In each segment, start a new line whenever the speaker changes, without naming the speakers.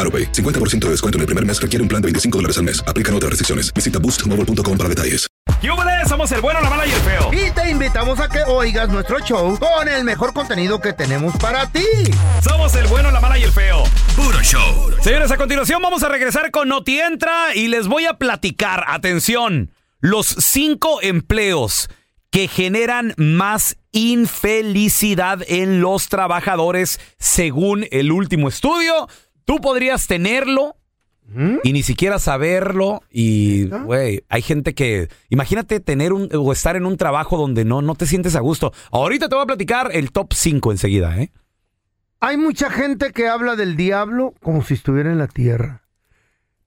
AroPay. 50% de descuento en el primer mes requiere un plan de 25 dólares al mes. Aplican otras restricciones. Visita boostmobile.com para detalles.
¡Yúbales! Somos el bueno, la mala y el feo.
Y te invitamos a que oigas nuestro show con el mejor contenido que tenemos para ti.
Somos el bueno, la mala y el feo.
Puro show.
Señores, a continuación vamos a regresar con Noti Entra y les voy a platicar, atención, los cinco empleos que generan más infelicidad en los trabajadores según el último estudio. Tú podrías tenerlo y ni siquiera saberlo y güey, hay gente que imagínate tener un o estar en un trabajo donde no no te sientes a gusto. Ahorita te voy a platicar el top 5 enseguida, ¿eh?
Hay mucha gente que habla del diablo como si estuviera en la tierra.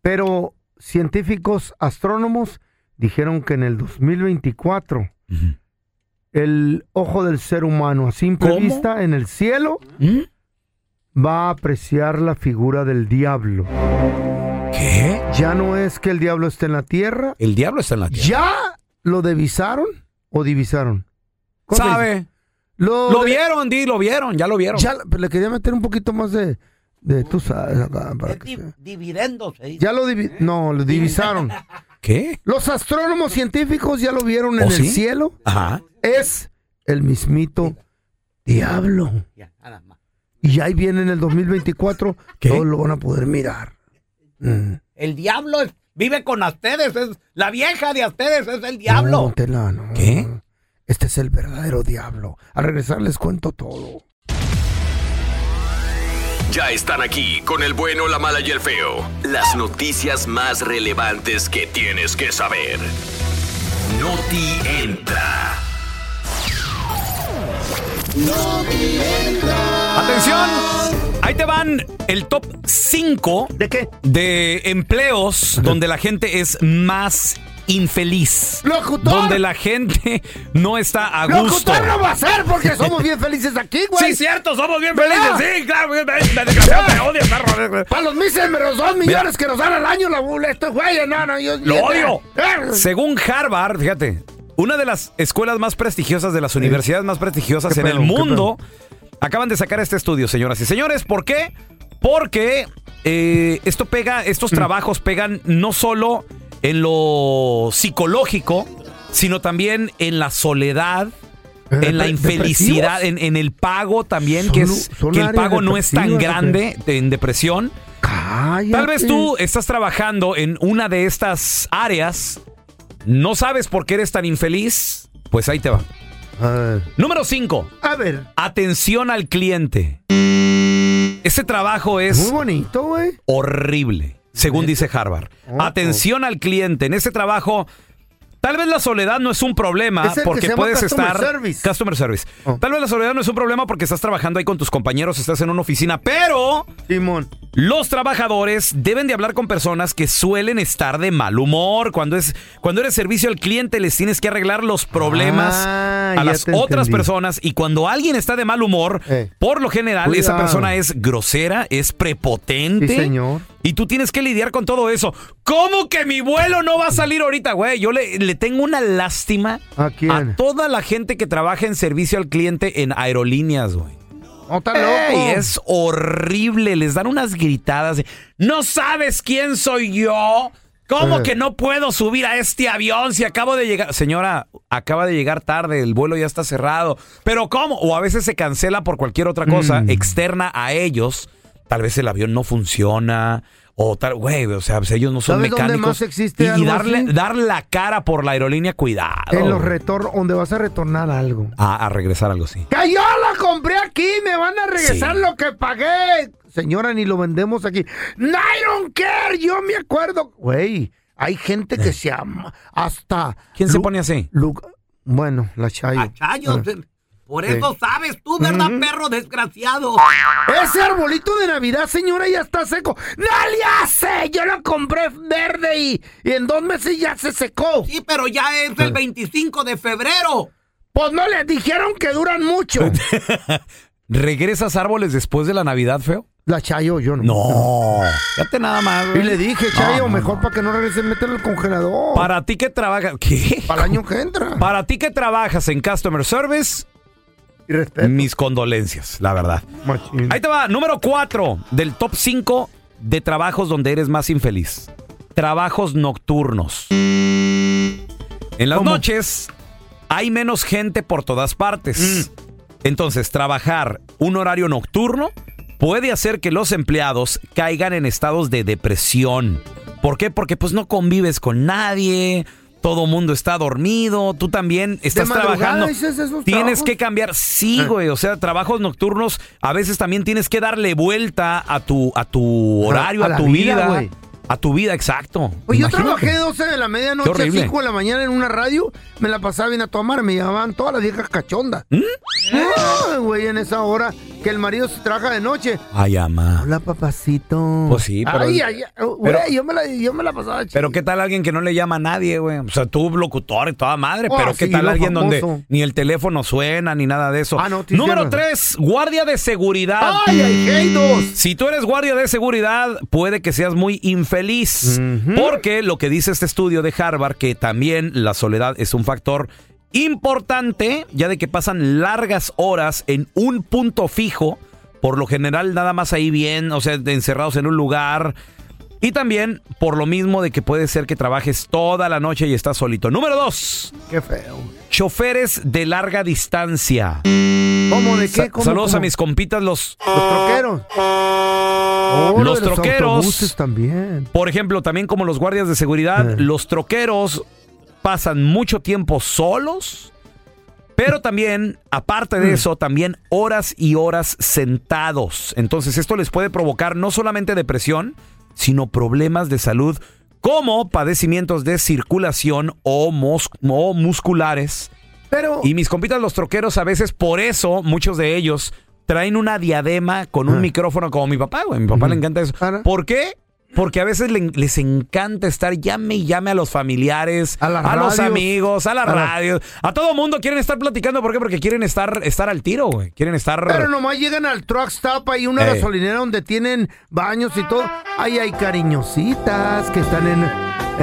Pero científicos astrónomos dijeron que en el 2024 el ojo del ser humano a simple
¿Cómo?
vista en el cielo
¿Mm?
va a apreciar la figura del diablo.
¿Qué?
Ya no es que el diablo esté en la tierra,
El diablo está en la tierra.
ya lo divisaron o divisaron. ¿Cómo se dice?
¿Sabe?
Lo,
Lo
de-
vieron, Di, lo vieron, ya lo vieron.
Ya pero le quería meter un poquito más de, de tú sabes acá, para que sea.
dividendos. eh.
Ya lo divi- no, lo divisaron.
¿Qué?
Los astrónomos científicos ya lo vieron en
¿Oh, sí?
el cielo.
Ajá.
Es el mismito diablo.
Ya, nada más.
Y ahí viene en el 2024,
¿Qué?
todos lo van a poder mirar. Mm.
El diablo es- vive con ustedes. Es, la vieja de ustedes es el diablo.
No, Tela, no.
¿Qué?
Este es el verdadero diablo. Al regresar les cuento todo.
Ya están aquí con el bueno, la mala y el feo. Las noticias más relevantes que tienes que saber. Noti entra.
Atención, ahí te van el top 5
¿De qué?
de empleos donde la gente es más infeliz.
¡Locutor!
Donde la gente no está a gusto.
¡Locutor no va a ser porque somos bien felices aquí, güey!
Sí, cierto, somos bien
¿Verdad?
felices. Sí, claro, bien felices. La desgraciada me odia, perro. eh,
Para los míseros dos millones que nos dan al año la bula, estos güeyes, no, no, yo...
¡Lo odio!
Eh,
Según Harvard, fíjate, una de las escuelas más prestigiosas, de las universidades más prestigiosas
¿Qué
en el
pedo? ¿Qué
mundo, acaban de sacar este estudio, señoras y señores. ¿Por qué? Porque eh, esto pega,
Mm.
estos trabajos pegan no solo en lo psicológico, sino también en la soledad.
¿Eh,
En la
depre-
infelicidad, en, en el pago también,
Son
que,
lu-
es,
son
que el
áreas
pago no es tan
depresivas, ¿o qué?
grande de- en depresión.
Cállate.
Tal vez tú estás trabajando en una de estas áreas, no sabes por qué eres tan infeliz, pues ahí te va.
Eh,
Número 5.
a ver,
Atención al cliente. Ese trabajo
muy
es
bonito, Oh, güey.
horrible, según dice Harvard.
Ojo.
Atención al cliente. En ese trabajo, tal vez la soledad no es un problema
Es el que se
porque
llama
puedes
customer
estar...
service.
Customer service.
Oh.
Tal vez la soledad no es un problema porque estás trabajando ahí con tus compañeros, estás en una oficina, pero...
Simón.
Los trabajadores deben de hablar con personas que suelen estar de mal humor. Cuando es cuando eres servicio al cliente les tienes que arreglar los problemas
Ah,
a
ya
las
te
otras
entendí.
personas y cuando alguien está de mal humor,
Eh.
por lo general esa
Cuidado.
persona es grosera, es prepotente.
Sí, señor.
Y tú tienes que lidiar con todo eso. ¿Cómo que mi vuelo no va a salir ahorita, güey? Yo le, le tengo una lástima
¿A quién?
a toda la gente que trabaja en servicio al cliente en aerolíneas, güey.
No Oh, está loco.
Ey, es horrible, les dan unas gritadas. de, No sabes quién soy yo.
Eh.
¿Cómo que no puedo subir a este avión si acabo de llegar? Señora, acaba de llegar tarde, el vuelo ya está cerrado. Pero ¿cómo? O a veces se cancela por cualquier otra cosa
Mm.
externa a ellos. Tal vez el avión no funciona. O tal, güey, o sea, pues ellos no son
¿Sabes dónde
mecánicos.
más existe
y, y
algo
darle,
así?
dar la cara por la aerolínea, cuidado.
En los retor donde vas a retornar algo.
a, a regresar algo así.
¡Que yo la compré aquí! ¡Me van a regresar
Sí.
lo que pagué! Señora, ni lo vendemos aquí. ¡No, I don't care! Yo me acuerdo. Güey, hay gente que se ama hasta...
¿Quién se
Lu-
pone así?
Lu- bueno, la Chayo.
Achayos.
Ah.
Por
Sí.
eso sabes tú, ¿verdad, perro desgraciado?
Ese arbolito de Navidad, señora, ya está seco. ¡No le hace! Yo lo compré verde y, y en dos meses ya se secó.
Sí, pero ya es el 25 de febrero.
Pues no les dijeron que duran mucho.
¿Regresas árboles después de la Navidad, feo?
La Chayo, yo no.
No. Fíjate nada más,
Y
güey.
le dije, Chayo,
no,
mejor para que no regresen, mételo al congelador. Para,
Para ti que trabajas. ¿Qué?
el año que entra.
Para ti que trabajas en Customer Service,
Y respeto.
mis condolencias, la verdad.
machín.
Ahí te va, número 4 del top 5 de trabajos donde eres más infeliz. Trabajos nocturnos. En las
¿Cómo?
noches hay menos gente por todas partes.
Mm.
Entonces, trabajar un horario nocturno puede hacer que los empleados caigan en estados de depresión. ¿Por qué? Porque pues no convives con nadie, todo mundo está dormido, tú también estás
madrugada
trabajando.
dices esos
Tienes
trabajos?
que cambiar,
Eh.
sí, güey, o sea, trabajos nocturnos, a veces también tienes que darle vuelta a tu a tu
A-
horario,
a
a,
la
tu
vida,
vida,
güey.
a tu vida, exacto.
Pues yo
Imagínate.
trabajé 12 de la medianoche
Qué
a
horrible.
5 de la mañana en una radio. Me la pasaba bien a tomar. Me llamaban todas las viejas cachondas.
¿Mm?
Ay, güey, en esa hora que el marido se trabaja de noche.
Ay, ama.
Hola, papacito.
Pues sí, pero-
Ay, ay, ay, oh, güey,
pero-
yo, me la, yo me la pasaba chido.
Pero qué tal alguien que no le llama a nadie, güey. O sea, tú locutor y toda madre,
Ah,
pero qué
sí,
tal
lo
alguien
famoso.
donde ni el teléfono suena ni nada de eso.
Ah, no, sí,
Número
cierto.
3, guardia de seguridad.
¡Ay, ay, hey, dos!
Si tú eres guardia de seguridad, puede que seas muy infeliz. Porque lo que dice este estudio de Harvard, que también la soledad es un factor importante, ya de que pasan largas horas en un punto fijo, por lo general nada más ahí bien, o sea, de- encerrados en un lugar. Y también por lo mismo de que puede ser que trabajes toda la noche y estás solito. Número dos,
Qué feo.
choferes de larga distancia.
¿Cómo de
Sa-
qué? ¿Cómo,
saludos a
cómo?
mis compitas los
Los troqueros. Oh, lo
Los
de
troqueros.
autobuses también.
Por ejemplo, también como los guardias de seguridad,
Eh.
los troqueros pasan mucho tiempo solos, pero también, aparte de eso, también horas y horas sentados. Entonces, esto les puede provocar no solamente depresión, sino problemas de salud como padecimientos de circulación o, mos- o musculares.
Pero,
Y mis compitas los troqueros a veces, por eso, muchos de ellos traen una diadema con un
Ah.
micrófono como mi papá, güey. Mi papá le encanta eso.
Claro.
¿Por qué? Porque a veces le- les encanta estar llame y llame a los familiares,
A las
los
radios.
amigos, a la
A la-
radio. A todo mundo quieren estar platicando. ¿Por qué? Porque quieren estar, estar al tiro, güey. Quieren estar...
pero nomás llegan al truck stop, hay una
Eh.
gasolinera donde tienen baños y todo. Ahí hay cariñositas que están en,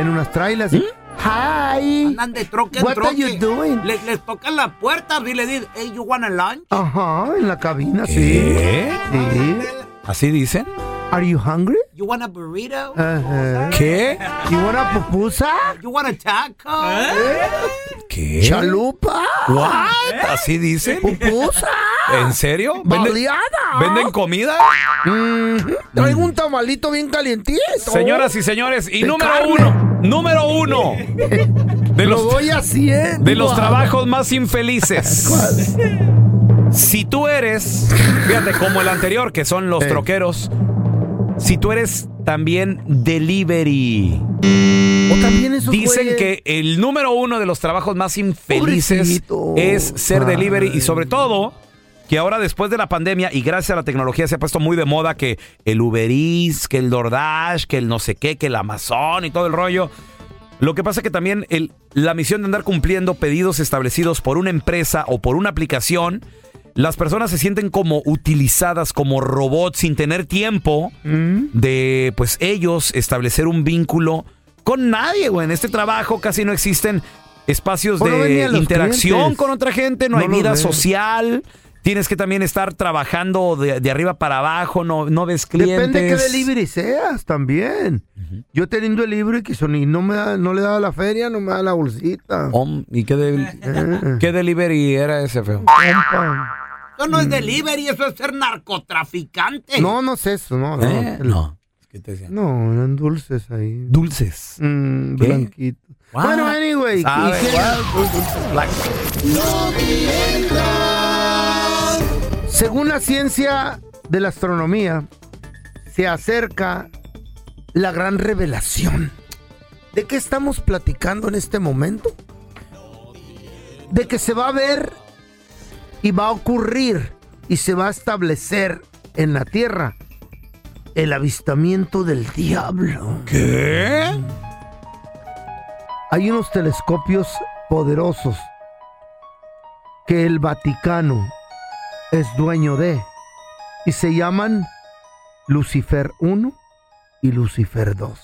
en unas trailers.
¿Mm?
Hi.
Andan de troque en
What
troque.
are you doing?
Les, les tocan las puertas y les dicen, hey, you wanna lunch?
Ajá, en la cabina,
¿Qué?
sí. Sí.
¿Así dicen?
Are you hungry?
You wanna burrito?
Ajá.
¿Qué?
You want a pupusa?
¿Eh?
You wanna taco?
¿Qué?
Chalupa.
What? ¿Así dicen?
Pupusa. Ah.
¿En serio? ¿Venden,
Baleada.
¿Venden comida?
Oh. Traigo un tamalito bien calientito.
Señoras y señores, y
De
número
carne.
uno, número uno de
Lo
los,
voy haciendo.
de los trabajos más infelices. Si tú eres, fíjate, como el anterior, que son los
Eh.
troqueros, si tú eres también delivery,
O también esos
dicen
güeyes.
que el número uno de los trabajos más infelices
Pobrecito.
es ser delivery
Ay.
y sobre todo que ahora después de la pandemia y gracias a la tecnología se ha puesto muy de moda que el Uber Eats, que el DoorDash, que el no sé qué, que el Amazon y todo el rollo. Lo que pasa que también el- la misión de andar cumpliendo pedidos establecidos por una empresa o por una aplicación, las personas se sienten como utilizadas, como robots, sin tener tiempo
Mm.
de pues ellos establecer un vínculo con nadie, güey. En este trabajo casi no existen espacios
Pues no ven ni
de
a los
interacción
clientes.
con otra gente, no,
No
hay
los
vida
ven.
social. Tienes que también estar trabajando de, de arriba para abajo, no, no ves clientes.
Depende qué delivery seas también. Yo teniendo el libro y que son, y no, me da- no le daba la feria, no me da la bolsita.
Om, ¿Y qué, del-
Eh,
qué delivery era ese feo?
compa.
Eso no es delivery, eso es ser narcotraficante.
No, no es eso, no. No,
Eh, No. ¿Qué te decía?
No, eran dulces ahí.
Dulces.
Mm,
¿Qué?
blanquito. Bueno, anyway.
¿Sabe?
¿y qué? Según la ciencia de la astronomía, se acerca la gran revelación. ¿De qué estamos platicando en este momento? De que se va a ver y va a ocurrir y se va a establecer en la Tierra el avistamiento del diablo.
¿Qué?
Hay unos telescopios poderosos que el Vaticano es dueño de y se llaman Lucifer 1 y Lucifer 2.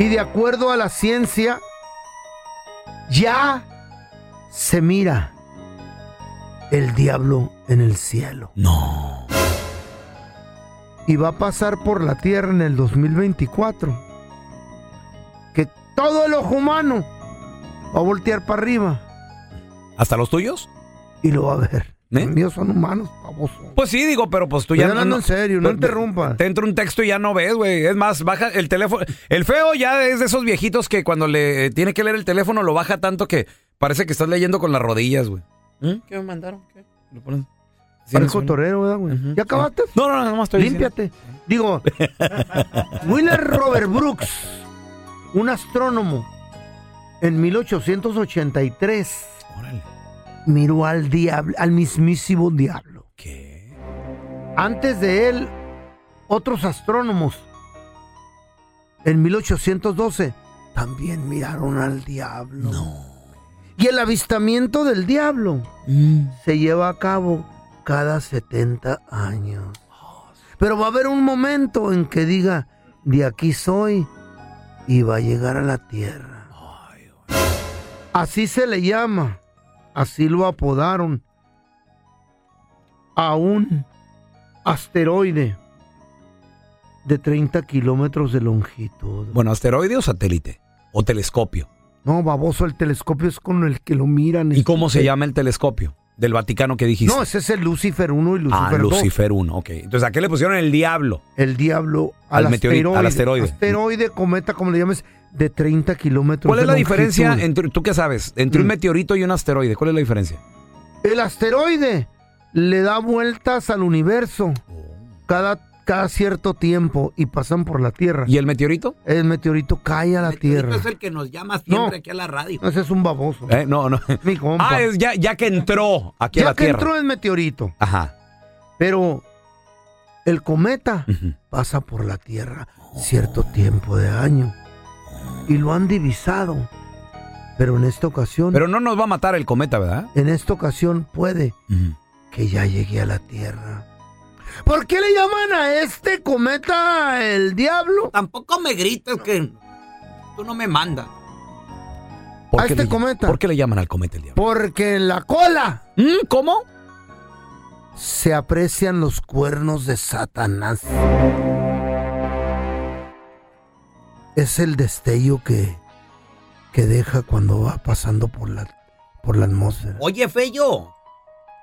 Y de acuerdo a la ciencia, ya se mira el diablo en el cielo
No.
y va a pasar por la tierra en el 2024. Que todo el ojo humano va a voltear para arriba
¿Hasta los tuyos?
y lo va a ver.
¿Eh?
Los míos son humanos, pavoso.
Pues sí, digo, pero pues tú
Estoy
ya
hablando en serio, no
te-
interrumpa.
Te entra un texto y ya no ves, güey. Es más, baja el teléfono. El feo ya es de esos viejitos que cuando le eh, tiene que leer el teléfono lo baja tanto que parece que estás leyendo con las rodillas, güey. ¿Qué me mandaron? ¿Qué? ¿Mm? ¿Lo pones? Sí, me
Parezco
suena.
torero, ¿verdad, güey?
Ujú.
¿Ya acabaste?
No, no, no, más estoy diciendo.
Límpiate. Digo, Wheeler Robert Brooks, un astrónomo, en 1883
Órale.
miró al diablo, al mismísimo diablo.
¿Qué?
Antes de él, otros astrónomos en 1812 también miraron al diablo. Y el avistamiento del diablo
Mm.
se lleva a cabo cada 70 años. Pero va a haber un momento en que diga, de aquí soy y va a llegar a la tierra. Así se le llama, así lo apodaron a un asteroide de 30 kilómetros de longitud.
Bueno, asteroide o satélite. O telescopio.
No, baboso, el telescopio es con el que lo miran.
¿Y cómo se
estúpido.
llama el telescopio? Del Vaticano que dijiste.
Este, No, ese es el Lucifer 1 y Lucifer
ah,
2.
Lucifer 1, ok. Entonces, ¿a qué le pusieron el diablo?
El diablo al,
Al meteorito,
asteroide.
al asteroide.
Asteroide, cometa, como le llames, de 30 kilómetros
¿Cuál
de
es la
longitud.
diferencia entre, tú qué sabes, entre un
Mm.
meteorito y un asteroide? ¿Cuál es la diferencia?
El asteroide le da vueltas al universo cada, cada cierto tiempo y pasan por la Tierra.
¿Y el meteorito?
El meteorito cae a la Tierra.
es el que nos llama siempre
No.
aquí a la radio.
Ese es un baboso.
Eh, No, no.
Mi compa.
Ah, es ya, ya que entró aquí
ya
a la
que
Tierra.
entró el meteorito.
Ajá.
Pero el cometa
Ujú.
pasa por la Tierra cierto tiempo de año. Y lo han divisado. Pero en esta ocasión,
Pero no nos va a matar el cometa, ¿verdad?
en esta ocasión puede que ya llegue a la Tierra. ¿Por qué le llaman a este cometa el diablo?
Tampoco me grites que tú no me mandas.
¿Por
¿A
qué
este
le-
cometa?
¿Por qué le llaman al cometa el diablo?
Porque en la cola
Mm, ¿Cómo?
se aprecian los cuernos de Satanás. Es el destello que, que deja cuando va pasando por la, por la atmósfera.
Oye, Fello,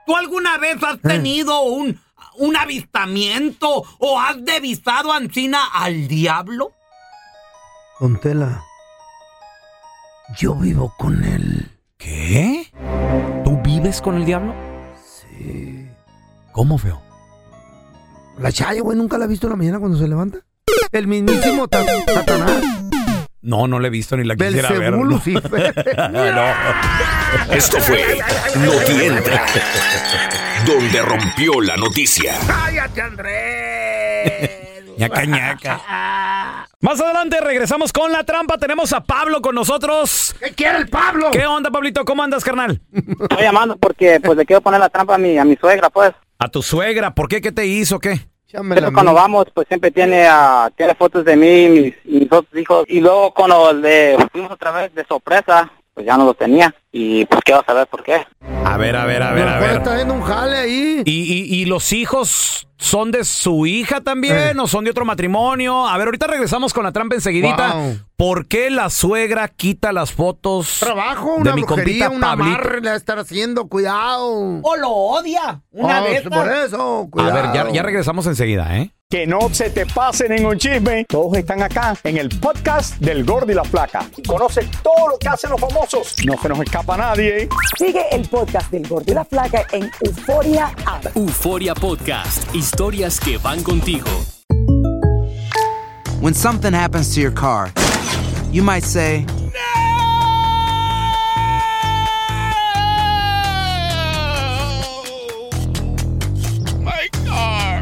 ¿tú alguna vez
Eh.
has tenido un, un avistamiento o has devisado Ancina al diablo?
Don Tela, yo vivo con él.
¿Qué? ¿Tú vives con el diablo?
Sí.
¿Cómo, feo?
La Chayo, güey, nunca la he visto en la mañana cuando se levanta. El mismísimo ta- Satanás.
No, no le he visto ni la quisiera ver.
Belcebú,
¿no?
Lucifer.
Ah,
Esto fue Noti Entra, donde rompió la noticia.
no. Ñaca, ñaca. Más adelante regresamos con la trampa. Tenemos a Pablo con nosotros.
¿Qué quiere el Pablo?
¿Qué onda, Pablito? ¿Cómo andas, carnal?
Estoy llamando porque pues le quiero poner la trampa a mi, a mi suegra, pues.
A tu suegra, ¿por qué? ¿Qué te hizo? ¿Qué?
Échamela
Siempre
a mí.
cuando vamos, pues siempre tiene, ah, tiene fotos de mí y mis, y mis otros hijos. Y luego cuando le fuimos otra vez de sorpresa, pues ya no los tenía. Y pues quiero saber por qué.
A ver, a ver, a ver, a ver.
Está en un jale ahí.
¿Y, y, y los hijos son de su hija también o son de otro matrimonio? A ver, ahorita regresamos con la trampa enseguidita.
Wow.
¿Por qué la suegra quita las fotos
Trabajo,
de
una
mi
brujería,
compita
una
Pablito?
amarre le va a estar haciendo, cuidado.
O lo odia. Una
Oh,
vez.
Por eso,
A
cuidado.
ver, ya, ya regresamos enseguida, ¿eh?
Que no se te pase ningún chisme. Todos están acá en el podcast del Gordi y la Flaca. Y conoce todo lo que hacen los famosos. No se nos escapa nadie.
Sigue el podcast del Gordo y la Flaca en Euforia App.
Euforia Podcast. Historias que van contigo.
When something happens to your car, you might say,
My car.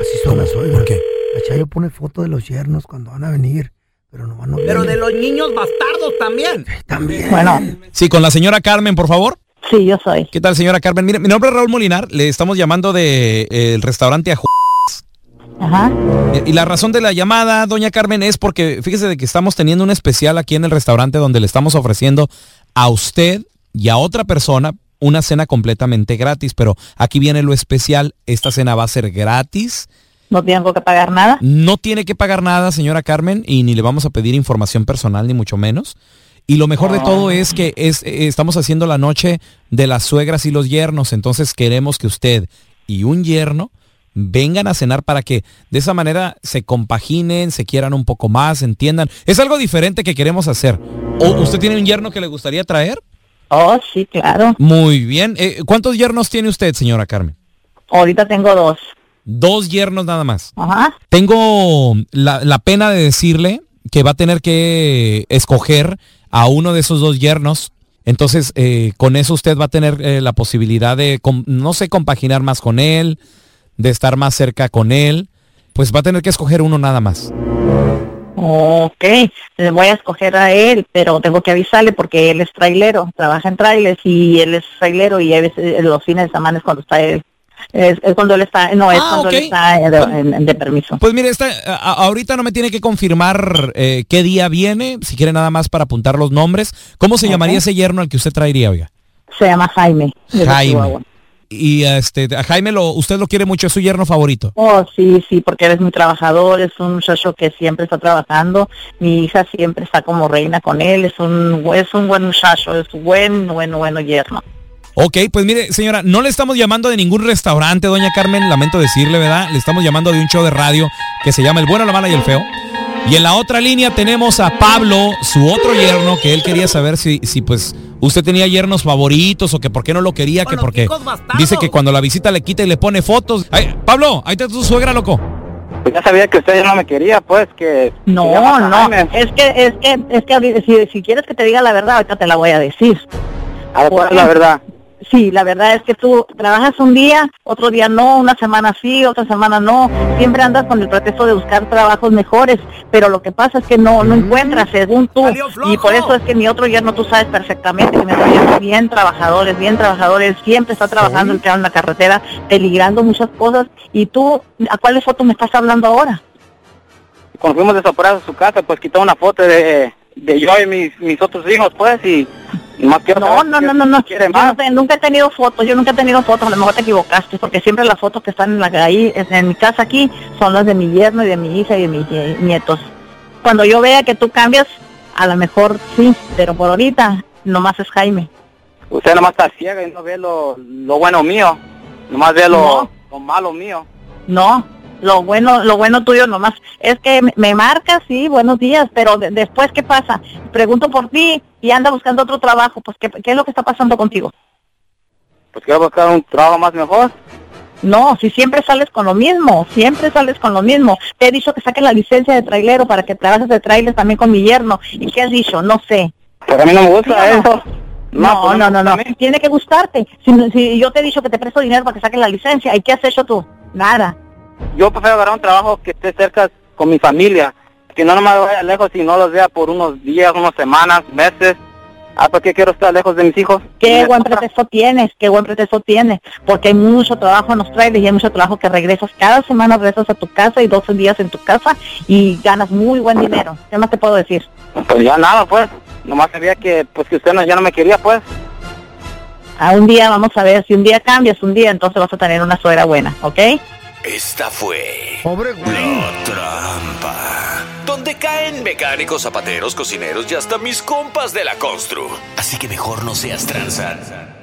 Así son las suegras. ¿Por qué? La Chayo pone fotos de los yernos cuando van a venir. Pero nomás no
Pero de los niños bastardos también.
También.
Bueno. Sí, con la señora Carmen, por favor.
Sí, yo soy.
¿Qué tal, señora Carmen? Mire, mi nombre es Raúl Molinar. Le estamos llamando del restaurante Aju.
Ajá.
Eh, Y la razón de la llamada, doña Carmen, es porque fíjese de que estamos teniendo un especial aquí en el restaurante donde le estamos ofreciendo a usted y a otra persona una cena completamente gratis. Pero aquí viene lo especial. Esta cena va a ser gratis.
No tengo que pagar nada.
No tiene que pagar nada, señora Carmen, y ni le vamos a pedir información personal, ni mucho menos. Y lo mejor de todo es que es, eh, estamos haciendo la noche de las suegras y los yernos, entonces queremos que usted y un yerno vengan a cenar para que de esa manera se compaginen, se quieran un poco más, entiendan. Es algo diferente que queremos hacer. ¿O usted tiene un yerno que le gustaría traer?
Oh, sí, claro.
Muy bien. Eh, ¿Cuántos yernos tiene usted, señora Carmen?
Ahorita tengo dos.
Dos yernos nada más.
Ajá.
Tengo la, la pena de decirle que va a tener que escoger a uno de esos dos yernos. Entonces, eh, con eso usted va a tener eh, la posibilidad de, com- no sé, compaginar más con él, de estar más cerca con él. Pues va a tener que escoger uno nada más.
Ok, le voy a escoger a él, pero tengo que avisarle porque él es trailero, trabaja en trailers y él es trailero y a veces eh, los fines de semana es cuando está él. Es, es cuando él está, no, es
Ah,
cuando
ok.
él está eh, de, en- de permiso.
Pues mire, esta, a- a- ahorita no me tiene que confirmar eh, qué día viene, si quiere nada más para apuntar los nombres. ¿Cómo se
Ok.
llamaría ese yerno al que usted traería, oiga?
Se llama Jaime. de
Jaime.
Chihuahua.
Y este, a Jaime lo, usted lo quiere mucho, es su yerno favorito.
Oh, sí, sí, porque él es muy trabajador, es un muchacho que siempre está trabajando. Mi hija siempre está como reina con él, es un, es un buen muchacho, es buen, buen, bueno yerno.
Ok, pues mire, señora, no le estamos llamando de ningún restaurante, doña Carmen, lamento decirle, ¿verdad? Le estamos llamando de un show de radio que se llama El bueno, la mala y el feo. Y en la otra línea tenemos a Pablo, su otro yerno, que él quería saber si, si pues usted tenía yernos favoritos o que por qué no lo quería, que porque dice que cuando la visita le quita y le pone fotos. Ay, Pablo, ahí está tu suegra, loco.
Pues ya sabía que usted ya no me quería, pues que... que
No,
llamas a
no,
Jaime.
es que, es que, es que ahorita- si, si quieres que te diga la verdad, ahorita te la voy a decir.
A ver, ¿cuál es la
Porque-
verdad?
Sí, la verdad es que tú trabajas un día, otro día no, una semana sí, otra semana no. Siempre andas con el pretexto de buscar trabajos mejores, pero lo que pasa es que no,
Mm.
no encuentras según tú. Y por eso es que mi otro yerno, tú sabes perfectamente que mi otro yerno es bien trabajadores, bien trabajadores, siempre está trabajando el que en la carretera, peligrando muchas cosas. Y tú, ¿a cuál foto me estás hablando ahora?
Cuando fuimos de sorpresa a su casa, pues quitó una foto de, de yo y mis, mis otros hijos, pues, y... y más quiero
No,
saber
no,
qué-
no, no, no.
quiere
Yo
más.
no te- nunca he tenido fotos, yo nunca he tenido fotos, a lo mejor te equivocaste, porque siempre las fotos que están en la, ahí, en en mi casa aquí, son las de mi yerno y de mi hija y de mis eh, nietos. Cuando yo vea que tú cambias, a lo mejor sí, pero por ahorita nomás es Jaime.
Usted nomás está ciega y no ve lo, lo bueno mío. Nomás ve lo, lo malo mío.
No, lo bueno, lo bueno tuyo nomás es que me- me marcas, sí, buenos días, pero de- después qué pasa? Pregunto por ti y anda buscando otro trabajo, pues qué, qué es lo que está pasando contigo?
Pues quiero buscar un trabajo más mejor.
No, si siempre sales con lo mismo, siempre sales con lo mismo. Te he dicho que saques la licencia de trailero para que trabajes de trailer también con mi yerno. ¿Y qué has dicho? No sé.
Pues a mí no me gusta
¿Sí o no?
eso. No,
No,
pues no
no, no, no. Tiene que gustarte. Si, si yo te he dicho que te presto dinero para que saques la licencia, ¿y qué has hecho tú? Nada.
Yo prefiero agarrar un trabajo que esté cerca con mi familia. Que no nomás vaya lejos y no los vea por unos días, unas semanas, meses. Ah, ¿por qué quiero estar lejos de mis hijos?
Qué buen pretexto tienes, qué buen pretexto tienes, porque hay mucho trabajo en los trailers y hay mucho trabajo que regresas cada semana, regresas a tu casa y 12 días en tu casa y ganas muy buen dinero. ¿Qué más te puedo decir?
Pues ya nada, pues. Nomás sabía que, pues, que usted no, ya no me quería, pues.
A un día vamos a ver, si un día cambias, un día entonces vas a tener una suegra buena, ¿ok?
Esta fue la trampa. Donde caen mecánicos, zapateros, cocineros y hasta mis compas de la constru. Así que mejor no seas tranza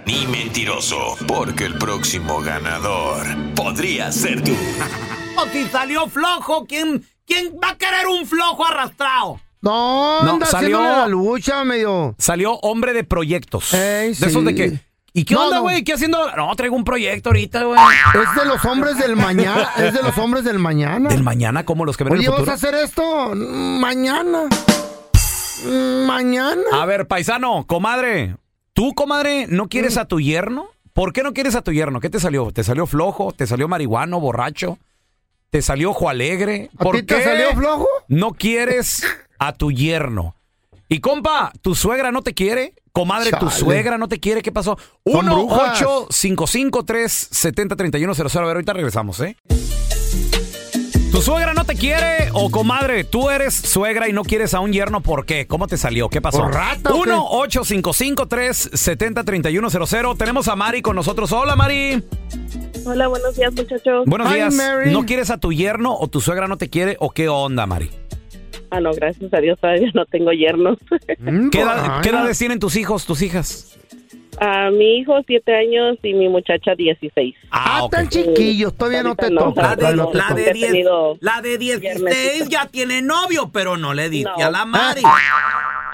ni mentiroso, porque el próximo ganador podría ser tú.
O Oh, si salió flojo, ¿quién, ¿quién va a querer un flojo arrastrado?
No,
No,
anda
salió-
haciéndole la lucha, medio.
Salió hombre de proyectos.
Ey,
de esos
sí.
de que. ¿Y qué
No,
onda,
no.
güey? ¿Qué haciendo? No, traigo un proyecto ahorita, güey.
Ah.
Es de los hombres del mañana. Es de los hombres del mañana.
Del mañana, como los que ven en el
Oye, ¿vas
futuro.
a hacer esto? Mm, Mañana. Mm, Mañana.
A ver, paisano, comadre, ¿tú, comadre, no quieres
Mm.
a tu yerno? ¿Por qué no quieres a tu yerno? ¿Qué te salió? ¿Te salió flojo? ¿Te salió marihuano, borracho? ¿Te salió ojo alegre? ¿Por
ti te
qué
salió flojo?
No quieres a tu yerno. Y compa, ¿tu suegra no te quiere? Comadre, ¿tu
Chale.
suegra no te quiere? ¿Qué pasó?
Son brujas.
1-855-370-3100. A ver, ahorita regresamos, ¿eh? ¿Tu suegra no te quiere? O comadre, tú eres suegra y no quieres a un yerno, ¿por qué? ¿Cómo te salió? ¿Qué pasó?
¿Por rata o qué?
1-855-370-3100. Tenemos a Mari con nosotros. Hola, Mari.
Hola, buenos días, muchachos.
Buenos días. ¿No quieres a tu yerno o tu suegra no te quiere o qué onda, Mari?
Ah, no, gracias a Dios todavía no tengo yernos.
¿Qué,
Ah,
edad- qué edades tienen tus hijos, tus hijas?
a mi hijo, siete años, y mi muchacha, 16.
Ah, ok.
chiquillos, todavía no te toca.
La
todavía no te
La
toca.
de,
Ah,
diez- la de 16 ya tiene novio, pero no le dice a la Mari.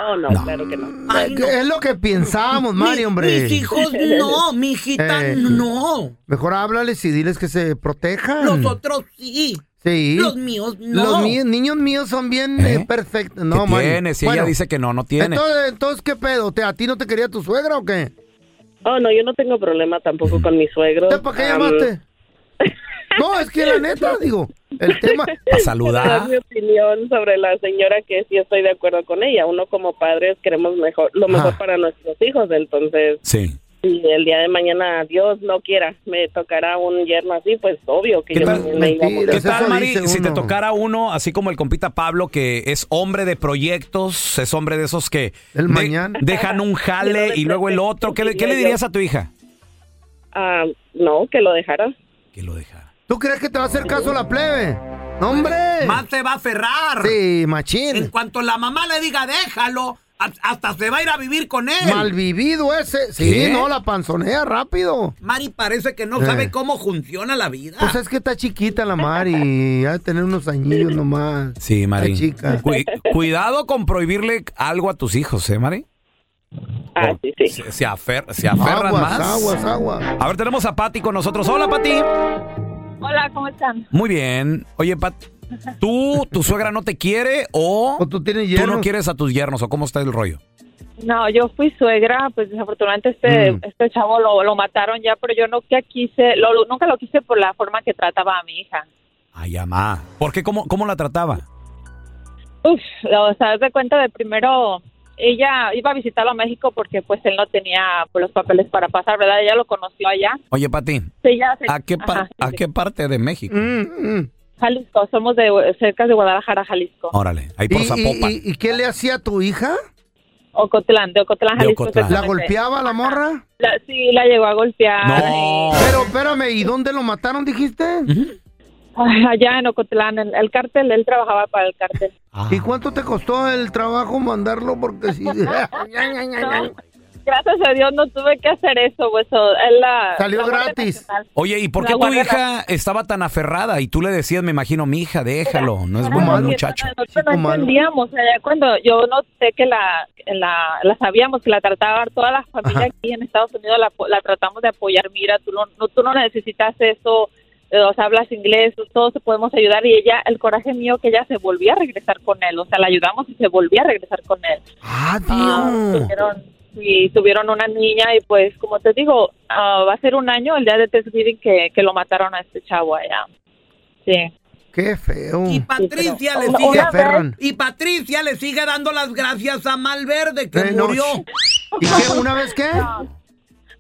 Oh, no, claro que no.
Es lo que pensábamos, Mari, hombre.
Mis hijos no, mi hijita
Eh,
no.
Mejor háblales y diles que se protejan.
Los otros sí.
Mm. Sí.
Los míos no.
Los míos- niños míos son bien eh, perfectos. No,
¿Qué
Mari.
tiene? Si ella dice que no, no tiene.
Entonces, entonces, ¿qué pedo? ¿Te- ¿A ti no te quería tu suegra o qué?
Oh, no, yo no tengo problema tampoco con mi suegro. ¿Para
qué llamaste? No, es que la neta, digo, el tema...
Para
dar mi opinión sobre la señora que sí estoy de acuerdo con ella. Uno como padres queremos mejor, lo mejor para nuestros hijos, entonces
Sí.
si el día de mañana Dios no quiera me tocará un yerno así, pues obvio que yo también me iba a morir.
¿Qué tal, Mari? Si te tocara uno, así como el compita Pablo, que es hombre de proyectos, es hombre de esos que de- dejan un jale y luego el otro, ¿qué le, qué le dirías a tu hija?
Ah, no, que lo dejara.
¿Tú crees que te va a hacer caso la plebe? ¡No, hombre!
Más se va a aferrar.
Sí, machín.
En cuanto la mamá le diga déjalo, a- hasta se va a ir a vivir con él.
Malvivido ese. Sí,
¿Qué?
no, la panzonea rápido.
Mari parece que no
Eh.
sabe cómo funciona la vida.
Pues es que está chiquita la Mari. Ha de tener unos añillos nomás.
Sí, Mari.
Está chica.
Cui- cuidado con prohibirle algo a tus hijos, ¿eh, Mari? Se, se afer- se aferran
Aguas,
más.
aguas, aguas.
A ver, tenemos a Pati con nosotros. Hola, Pati.
Hola, ¿cómo están?
Muy bien. Oye, Pati, ¿tú, tu suegra no te quiere o,
tú,
no quieres a tus yernos o cómo está el rollo?
No, yo fui suegra, pues desafortunadamente este,
Mm.
este chavo lo, lo mataron ya, pero yo nunca quise, lo- lo- nunca lo quise por la forma que trataba a mi hija.
Ay, amá. ¿Por qué? ¿Cómo, cómo la trataba?
Uf, o sea, haz de cuenta de primero, ella iba a visitarlo a México porque pues él no tenía pues, los papeles para pasar, ¿verdad? Ella lo conoció allá.
Oye, Pati,
Ella se-
¿a qué, par-
Ajá, sí,
¿a
sí.
qué parte de
Mm.
México?
Jalisco, somos de cerca de Guadalajara, Jalisco.
Órale, ahí por
¿Y- y-
Zapopan.
y, y qué le hacía a tu hija?
Ocotlán, de Ocotlán,
De
Jalisco.
Ocotlán.
¿La
exactamente.
golpeaba la morra?
La- sí, la llegó a golpear.
Pero espérame, ¿y dónde lo mataron, dijiste?
Ay, allá en Ocotlán, en el cártel, él trabajaba para el cártel.
Ah.
¿Y cuánto te costó el trabajo mandarlo? Porque sí.
Gracias a Dios no tuve que hacer eso, pues. o- él la-
Salió
la Guardia
gratis.
Nacional.
Oye, ¿y por
La
qué tu
Guardia
hija estaba tan aferrada? Y tú le decías, me imagino, mi hija, déjalo, no es buen
Nacional.
muchacho.
Nosotros no
malo.
entendíamos, o sea, cuando yo noté que la, la, la sabíamos, que la trataba toda la familia
Ajá.
aquí en Estados Unidos, la, la tratamos de apoyar. Mira, tú no, no- tú no necesitas eso, eh, o sea, hablas inglés, todos te podemos ayudar. Y ella, el coraje mío, que ella se volvía a regresar con él, o sea, la ayudamos y se volvía a regresar con él. Ah, tuvieron, sí, tuvieron una niña y pues, como te digo, ah, va a ser un año el día de Thanksgiving que, que lo mataron a este chavo allá. Sí.
Qué feo.
Y
Patricia le
Una-
sigue
una vez-
y Patricia le sigue dando las gracias a Malverde que
Eh, no,
murió.
¿Y qué? ¿Una vez qué?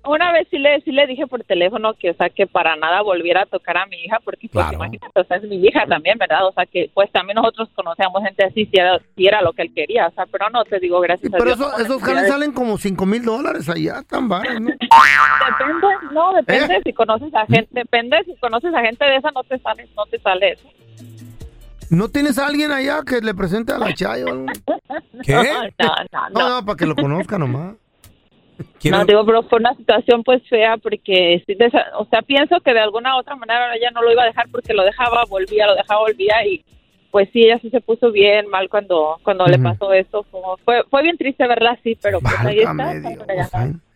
Una vez sí le, sí le dije por teléfono que, o sea, que para nada volviera a tocar a mi hija, porque pues imagínate, o sea, es mi hija también, ¿verdad? O sea, que pues también nosotros conocíamos gente así, si era, si era lo que él quería, o sea, pero no, te digo, gracias a
Pero
Dios.
eso-
no,
esos
necesidad
jales
de-
salen como 5 mil dólares allá, tan baratos, ¿no?
Depende, no,
¿Eh?
depende si conoces a gente, depende si conoces a gente de esa, no te sales, no te sales.
¿No tienes a alguien allá que le presente a la Chayo? algo?
¿Qué? No, no, no.
No, no, para que lo conozca nomás.
No, digo, pero fue una situación pues fea porque, sí, de esa- o sea, pienso que de alguna u otra manera ella no lo iba a dejar porque lo dejaba, volvía, lo dejaba, volvía y pues sí, ella sí se puso bien mal cuando cuando le
Ujú.
pasó eso. Fue, fue, fue bien triste verla así, pero pues ahí está.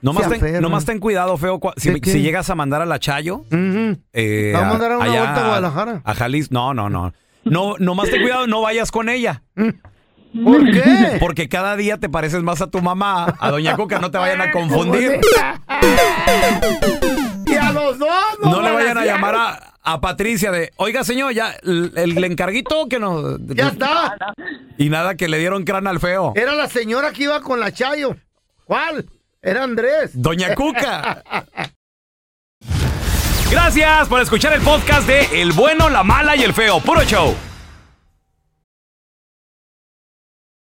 Nomás,
Se
ten,
aferra.
nomás ten cuidado, feo. cua- Si,
¿De qué?
si llegas a mandar a la Chayo, eh,
La va a mandar a una vuelta a Guadalajara.
A Jalisco. No, no, no. No, nomás ten cuidado, no vayas con ella.
¿Por qué?
Porque cada día te pareces más a tu mamá, a Doña Cuca, no te vayan a confundir.
Y a los dos
No le vayan a llamar a, a Patricia de, oiga señor, ya el, el encarguito que nos...
Ya está.
Y nada, que le dieron crana al feo.
Era la señora que iba con la Chayo. ¿Cuál? Era Andrés.
Doña Cuca. Gracias por escuchar el podcast de El Bueno, la Mala y el Feo. Puro show.